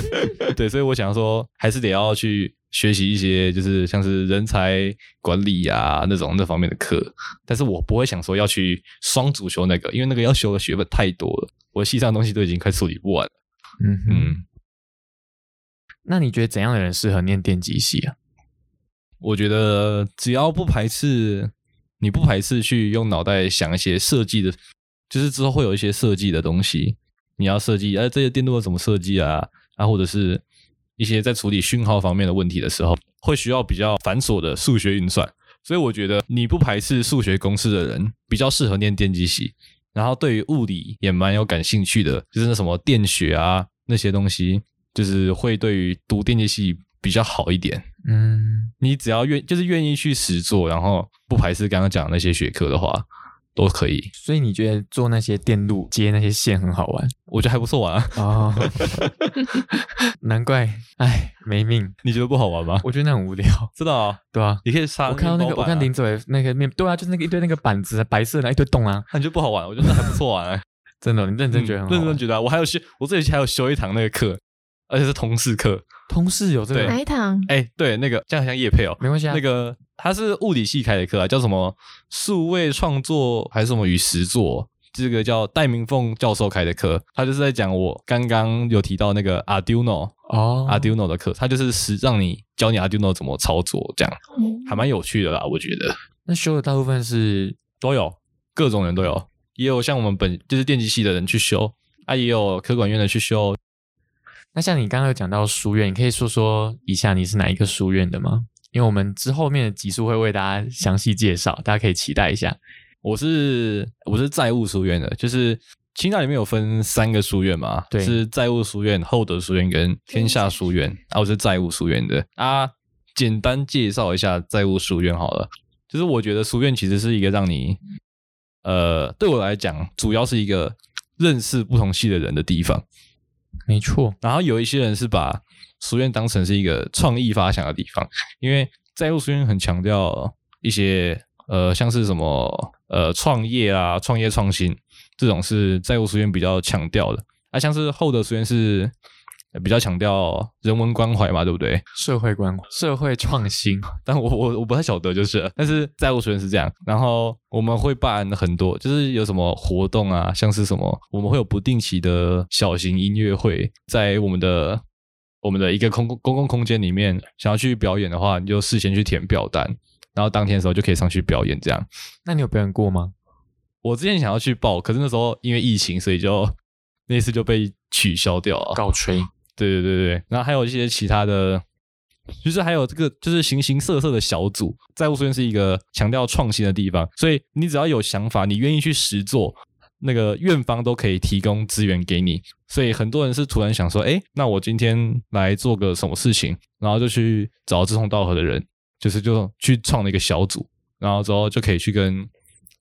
对，所以我想说，还是得要去学习一些，就是像是人才管理啊那种那方面的课。但是我不会想说要去双主修那个，因为那个要修的学分太多了，我系上的东西都已经快处理不完了。
嗯哼。
嗯，
那你觉得怎样的人适合念电机系啊？
我觉得只要不排斥，你不排斥去用脑袋想一些设计的，就是之后会有一些设计的东西，你要设计，哎、这些电路要怎么设计啊？啊，或者是一些在处理讯号方面的问题的时候，会需要比较繁琐的数学运算。所以我觉得你不排斥数学公式的人，比较适合念电机系。然后对于物理也蛮有感兴趣的，就是那什么电学啊那些东西，就是会对于读电机系比较好一点。
嗯，
你只要愿就是愿意去实做，然后不排斥刚刚讲的那些学科的话，都可以。
所以你觉得做那些电路接那些线很好玩
我觉得还不错玩啊，
哦， 难怪，哎，没命。
你觉得不好玩吗？
我觉得那很无聊，
知道啊，
对啊。
你可以杀
我看到那
面
个，
包
我
板啊
看林，哲伟那个面，对啊，就是那个一堆那个板子，白色的那一堆洞啊，
那你觉得不好玩？我觉得那还不错玩、啊，
真的，你认真觉得很好
嗯
玩。
认真觉得啊、我还有修，我这学期还有修一堂那个课，而且是通识课。
同事有这
对
个
哪，一堂？
哎、对，那个这样好像叶配哦，
没关系啊，
那个他是物理系开的课啊，叫什么数位创作还是什么与实作？这个叫戴明凤教授开的课，他就是在讲我刚刚有提到那个 Arduino、
哦
Arduino 的课，他就是实让你教你 Arduino 怎么操作，这样
嗯
还蛮有趣的啦，我觉得
那修的大部分是
都有各种人都有，也有像我们本就是电机系的人去修，啊，也有科管院的去修，
那像你刚刚有讲到书院，你可以说说一下你是哪一个书院的吗？因为我们之后面的集数会为大家详细介绍，大家可以期待一下。
我是我是债务书院的，就是清大里面有分三个书院嘛，
对
是债务书院、厚德书院跟天下书院啊，我是债务书院的啊。简单介绍一下债务书院好了，就是我觉得书院其实是一个让你，呃，对我来讲，主要是一个认识不同系的人的地方。
没错，
然后有一些人是把书院当成是一个创意发想的地方，因为在入书院很强调一些呃，像是什么呃创业啊、创业创新这种是在入书院比较强调的，啊，像是厚德书院是呃比较强调人文关怀嘛，对不对？
社会关怀、社会创新，
但我我我不太晓得，就是了，但是在务学院是这样。然后我们会办很多，就是有什么活动啊，像是什么，我们会有不定期的小型音乐会，在我们的我们的一个公共公共空间里面，想要去表演的话，你就事先去填表单，然后当天的时候就可以上去表演。这样，
那你有表演过吗？
我之前想要去报，可是那时候因为疫情，所以就 那次就被取消掉啊了。
告吹，
对对对对，然后还有一些其他的，就是还有这个就是形形色色的小组，在务书院是一个强调创新的地方，所以你只要有想法，你愿意去实做，那个院方都可以提供资源给你。所以很多人是突然想说，哎，那我今天来做个什么事情，然后就去找志同道合的人，就是就去创了一个小组，然后之后就可以去跟。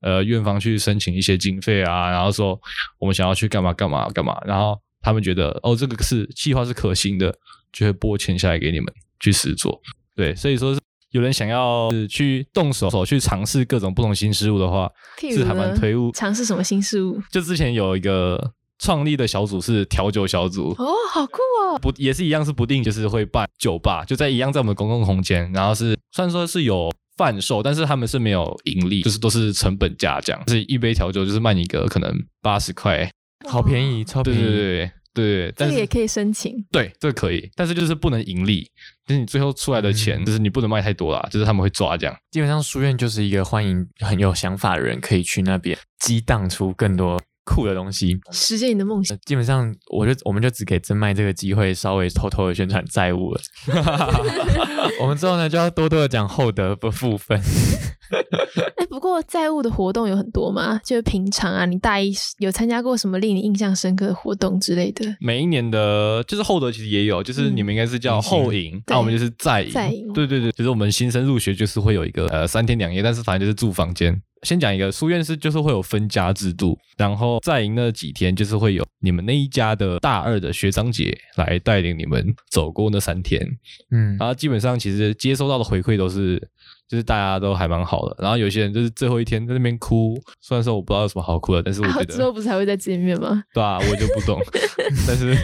呃，院方去申请一些经费啊，然后说我们想要去干嘛干嘛干嘛，然后他们觉得哦，这个是计划是可行的，就会拨钱下来给你们去实做。对，所以说是有人想要呃去动手手去尝试各种不同新事物的话，
譬
是
如
还蛮
呢
推物。
尝试什么新事物？
就之前有一个创立的小组是调酒小组，
哦，好酷哦！
啊不也是一样是不定，就是会办酒吧，就在一样在我们公共空间，然后是虽然说是有贩售，但是他们是没有盈利，就是都是成本价这样，就是一杯调酒就是卖你个可能八十块，
好便宜，超
对
便宜。
对对对对，
嗯这
但
个
是
也可以申请。
对，这个可以，但是就是不能盈利，就是你最后出来的钱，
嗯
就是你不能卖太多啦，就是他们会抓这样。
基本上书院就是一个欢迎很有想法的人可以去那边激荡出更多酷的东西。
实现你的梦想，
呃基本上，我就我们就只给真麦这个机会，稍微偷偷的宣传债务 了。我们之后呢，就要多多的讲厚德不负分。
哎，不过债务的活动有很多嘛，就是平常啊，你大一有参加过什么令你印象深刻的活动之类的？
每一年的，就是厚德其实也有，就是
嗯
你们应该是叫
迎新
后营，那、
对
我们就是在
在营
营。对对对，就是我们新生入学就是会有一个呃三天两夜，但是反正就是住房间。先讲一个书院是就是会有分家制度，然后在营那几天就是会有你们那一家的大二的学长姐来带领你们走过那三天，
嗯
然后基本上其实接收到的回馈都是，就是大家都还蛮好的。然后有些人就是最后一天在那边哭，虽然说我不知道有什么好哭的，但是我
然
觉
后啊之
得，
后不是还会再见面吗？
对啊，我就不懂。但是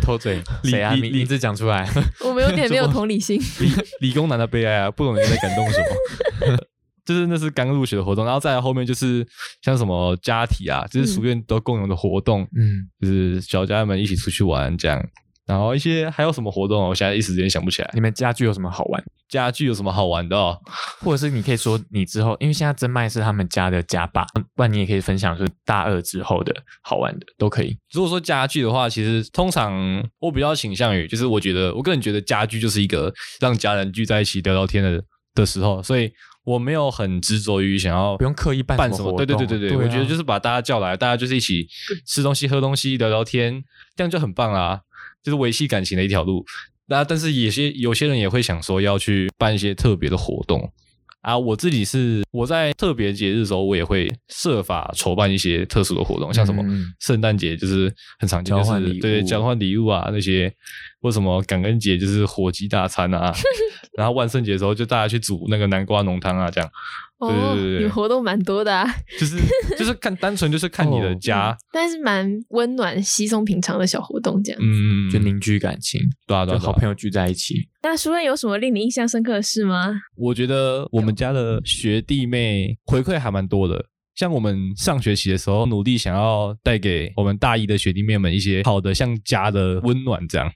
偷嘴，谁啊？
理
名
理
名字讲出来。
我 们有点没有同理心。
理理工男的悲哀啊，不懂人在感动什么。就是那是刚入学的活动，然后再来后面就是像什么家体啊，就是书院都共有的活动，
嗯，
就是小家人们一起出去玩这样。然后一些还有什么活动啊，我现在一时之间想不起来。
你们家具有什么好玩？
家具有什么好玩的、哦？
或者是你可以说你之后，因为现在真麦是他们家的家爸，不然你也可以分享说大二之后的好玩的都可以。
如果说家具的话，其实通常我比较倾向于，就是我觉得我个人觉得家具就是一个让家人聚在一起聊聊天的的时候，所以我没有很执着于想要
不用刻意办
办
什
什
么活
么。对对对
动
对对，
对啊
我觉得就是把大家叫来，大家就是一起吃东西、喝东西、聊聊天，这样就很棒啦，就是维系感情的一条路。那但是有些有些人也会想说要去办一些特别的活动。啊，我自己是我在特别节日的时候，我也会设法筹办一些特殊的活动，像什么
嗯
圣诞节就是很常见，
交
就
换礼
是
物
对交换礼物啊那些，或什么感恩 节就是火鸡大餐啊，然后万圣节的时候就大家去煮那个南瓜浓汤啊这样，
哦
对对对，
你
对
们活动蛮多的啊，
就是就是看单纯就是看你的
哦
家，
但是蛮温暖、稀松平常的小活动这样。
嗯，
就凝聚感情，
对啊对
就
啊，
好
友。
朋友聚在一起。
那书任有什么令你印象深刻的事吗？
我觉得我们家的学弟妹回馈还蛮多的。像我们上学期的时候，努力想要带给我们大一的学弟妹们一些好的像家的温暖这样，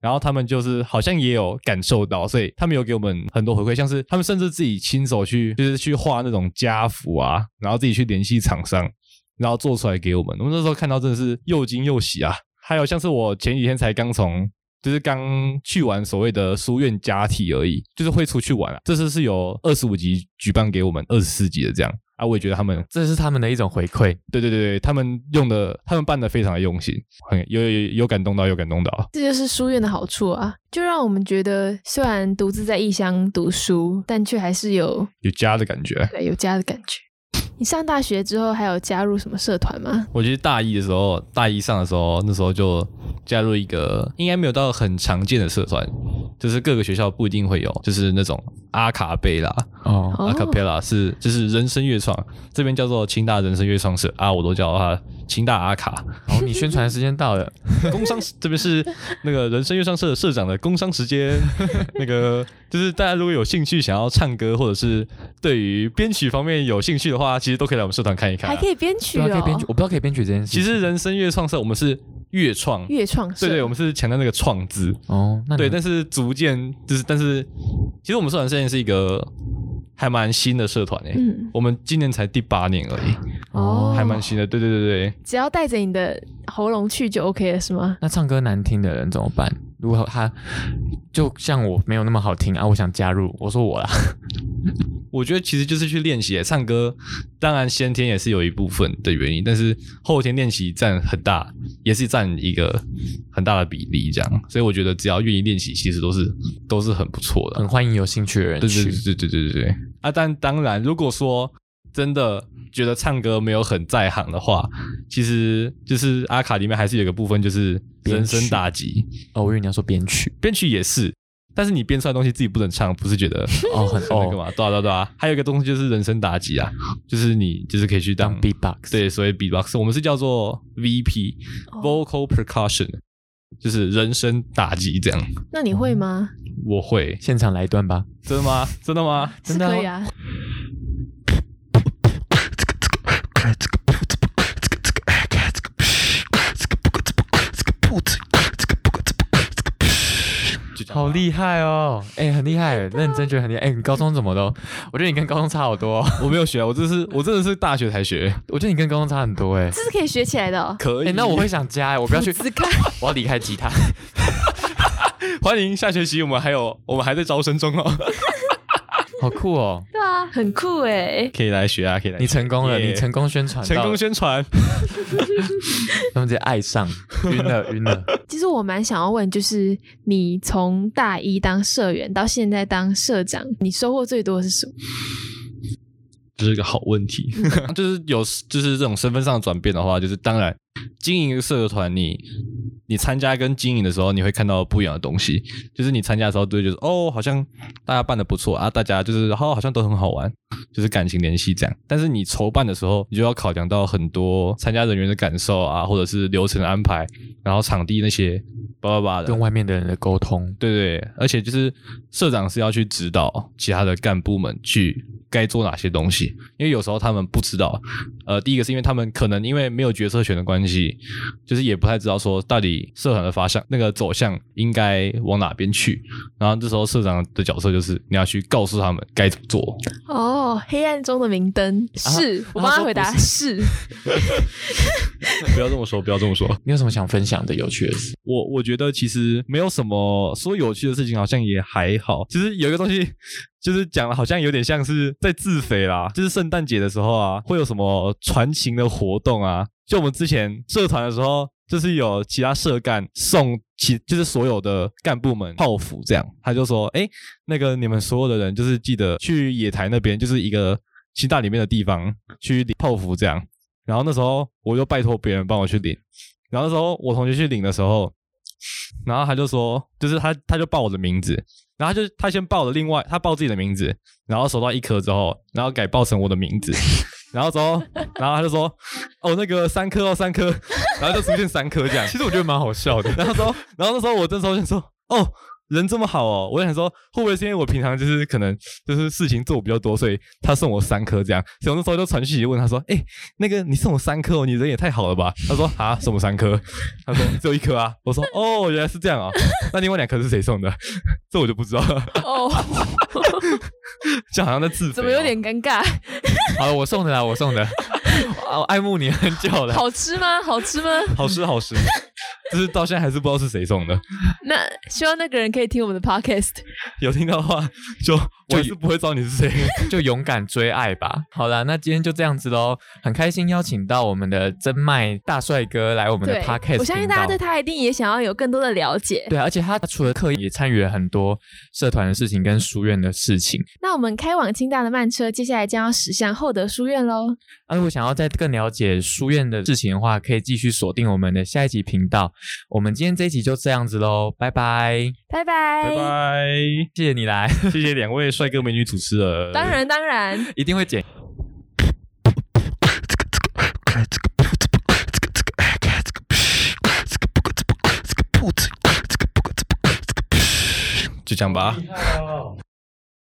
然后他们就是好像也有感受到，所以他们有给我们很多回馈，像是他们甚至自己亲手去就是去画那种家服啊，然后自己去联系厂商，然后做出来给我们。我们那时候看到真的是又惊又喜啊！还有像是我前几天才刚从，就是刚去完所谓的书院家体而已，就是会出去玩啊。这次是有二十五级举办给我们二十四级的这样啊，我也觉得他们
这是他们的一种回馈，
对对对对，他们用的他们办的非常的用心，很有有有感动到，有感动到。
这就是书院的好处啊，就让我们觉得虽然独自在异乡读书，但却还是有
有家的感觉。
对有家的感觉。你上大学之后还有加入什么社团吗？
我其实大一的时候，大一上的时候，那时候就加入一个应该没有到很常见的社团，就是各个学校不一定会有，就是那种阿卡贝拉，
哦，
阿卡贝
哦，
拉是就是人声乐创，这边叫做清大人声乐创社啊，我都叫它清大阿卡。
好，哦你宣传时间到了，
工商时这边是那个人声乐唱社的社长的工商时间，那个就是大家如果有兴趣想要唱歌，或者是对于编曲方面有兴趣的话，其实都可以来我们社团看一看啊、
哦还可以编曲
对啊，可以编
哦
曲，，我不知道可以编曲这件事。
其实人声乐创社我们是乐创，
乐嗯创社。
对对，我们是强调那个创字，
哦，那你
对，
们
但是逐渐就是，但是其实我们社团现在是一个还蛮新的社团诶、
嗯
我们今年才第八年而已，
哦，
还蛮新的，对对对对。
只要带着你的喉咙去就 OK 了，是吗？
那唱歌难听的人怎么办？如果他就像我没有那么好听啊，我想加入，我说我 啦，
我觉得其实就是去练习唱歌，当然先天也是有一部分的原因，但是后天练习占很大，也是占一个很大的比例这样。所以我觉得只要愿意练习，其实都是都是很不错的
很。欢迎有兴趣的人
对对
去。
对对对对对对。啊，但当然，如果说真的觉得唱歌没有很在行的话，其实就是阿卡里面还是有一个部分就是人声打击，
哦，我以为你要说编 曲
编曲也是。但是你编出来的东西自己不能唱，不是觉得
哦，很
那个
哦，
嘛，对啊对啊对啊，还有一个东西就是人声打击啊，就是你就是可以去当
当 beatbox
对，所以 beatbox 我们是叫做 VP、vocal percussion，就是人声打击这样。
那你会吗？
我会，
现场来一段吧。
真的吗？真的吗？
是可以啊。
就这样
好
吧
厉害哦！哎、很厉害，认真觉得很厉害。哎、你高中怎么都？我觉得你跟高中差好多、哦。
我没有学，我这是我真的是大学才学，
我觉得你跟高中差很多哎、
这是可以学起来的哦。
可
哎、
以。
那我会想加哎、我不要去， 我要离开吉他。
欢迎下学期我们还有我们还在招生中哦，
好酷哦！
对啊，很酷哎。
可以来学啊，可以来学。
你成功了，
耶
你成功宣传到
成
了，
功宣传，
他们直接爱上，晕 了晕了。
其实我蛮想要问，就是你从大一当社员到现在当社长，你收获最多的是什么？
这是个好问题。 就是有就是这种身份上的转变的话，就是当然经营一个社团你，你参加跟经营的时候，你会看到不一样的东西。就是你参加的时候，都会觉得哦，好像大家办的不错啊，大家就是哦，好像都很好玩，就是感情联系这样。但是你筹办的时候，你就要考量到很多参加人员的感受啊，或者是流程安排，然后场地那些叭叭叭的，
跟外面的人的沟通，
对对，而且就是社长是要去指导其他的干部们去该做哪些东西，因为有时候他们不知道。呃，第一个是因为他们可能因为没有决策权的关系，就是也不太知道说到底社团的发向那个走向应该往哪边去。然后这时候社长的角色就是你要去告诉他们该怎么做。
哦，黑暗中的明灯啊哦是，我帮他回答是。
不要这么说，不要这么说。
你有什么想分享的有趣的事？
我我觉得其实没有什么说有趣的事情，好像也还好。其实有一个东西，就是讲的好像有点像是在自肥啦。就是圣诞节的时候啊，会有什么传情的活动啊？就我们之前社团的时候，就是有其他社干送其就是所有的干部们泡芙这样，他就说：“哎，那个你们所有的人就是记得去野台那边，就是一个清大里面的地方去领泡芙这样。”然后那时候我就拜托别人帮我去领。然后那时候我同学去领的时候，然后他就说，就是他他就报我的名字，然后他就他先报了另外他报自己的名字，然后收到一科之后，然后改报成我的名 字，然后之后然后他就说哦那个三科哦三科，然后就出现三科这样，
其实我觉得蛮好笑的。
然后说，然后那时候我那时候想说，哦，人这么好哦，我想说，会不会是因为我平常就是可能就是事情做比较多，所以他送我三颗这样。所以我那时候就传讯息问他说，哎、那个你送我三颗哦，你人也太好了 吧？他说啊，送我三颗，他说只有一颗啊。 我说哦，原来是这样啊、 哦，那另外两颗是谁送的？ 这我就不知道了，
哦，
这样好像在自肥、哦
怎么有？点尴尬？
好了，我送的啦，我 送的。啊我爱慕你很久了，
好吃吗？好吃吗？
好吃好吃，就是到现在还是不知道是谁送的。
那希望那个人可以听我们的 podcast。
有听到的话，就我还是不会知道你是谁。
就勇敢追爱吧。好啦，那今天就这样子喽，很开心邀请到我们的真麦大帅哥来我们的 podcast
我相信大家对
频道
他一定也想要有更多的了解。
对，而且他除了课业，也参与了很多社团的事情跟书院的事情。
那我们开往清大的慢车，接下来将要驶向厚德书院喽。
啊，如果想要再更了解书院的事情的话，可以继续锁定我们的下一集频道。我们今天这一集就这样子喽，拜拜，
拜拜。
拜 拜，
谢谢你来，
谢谢两位帅哥美女主持人。
当然，当然。
一定会剪。
就这样吧。
好。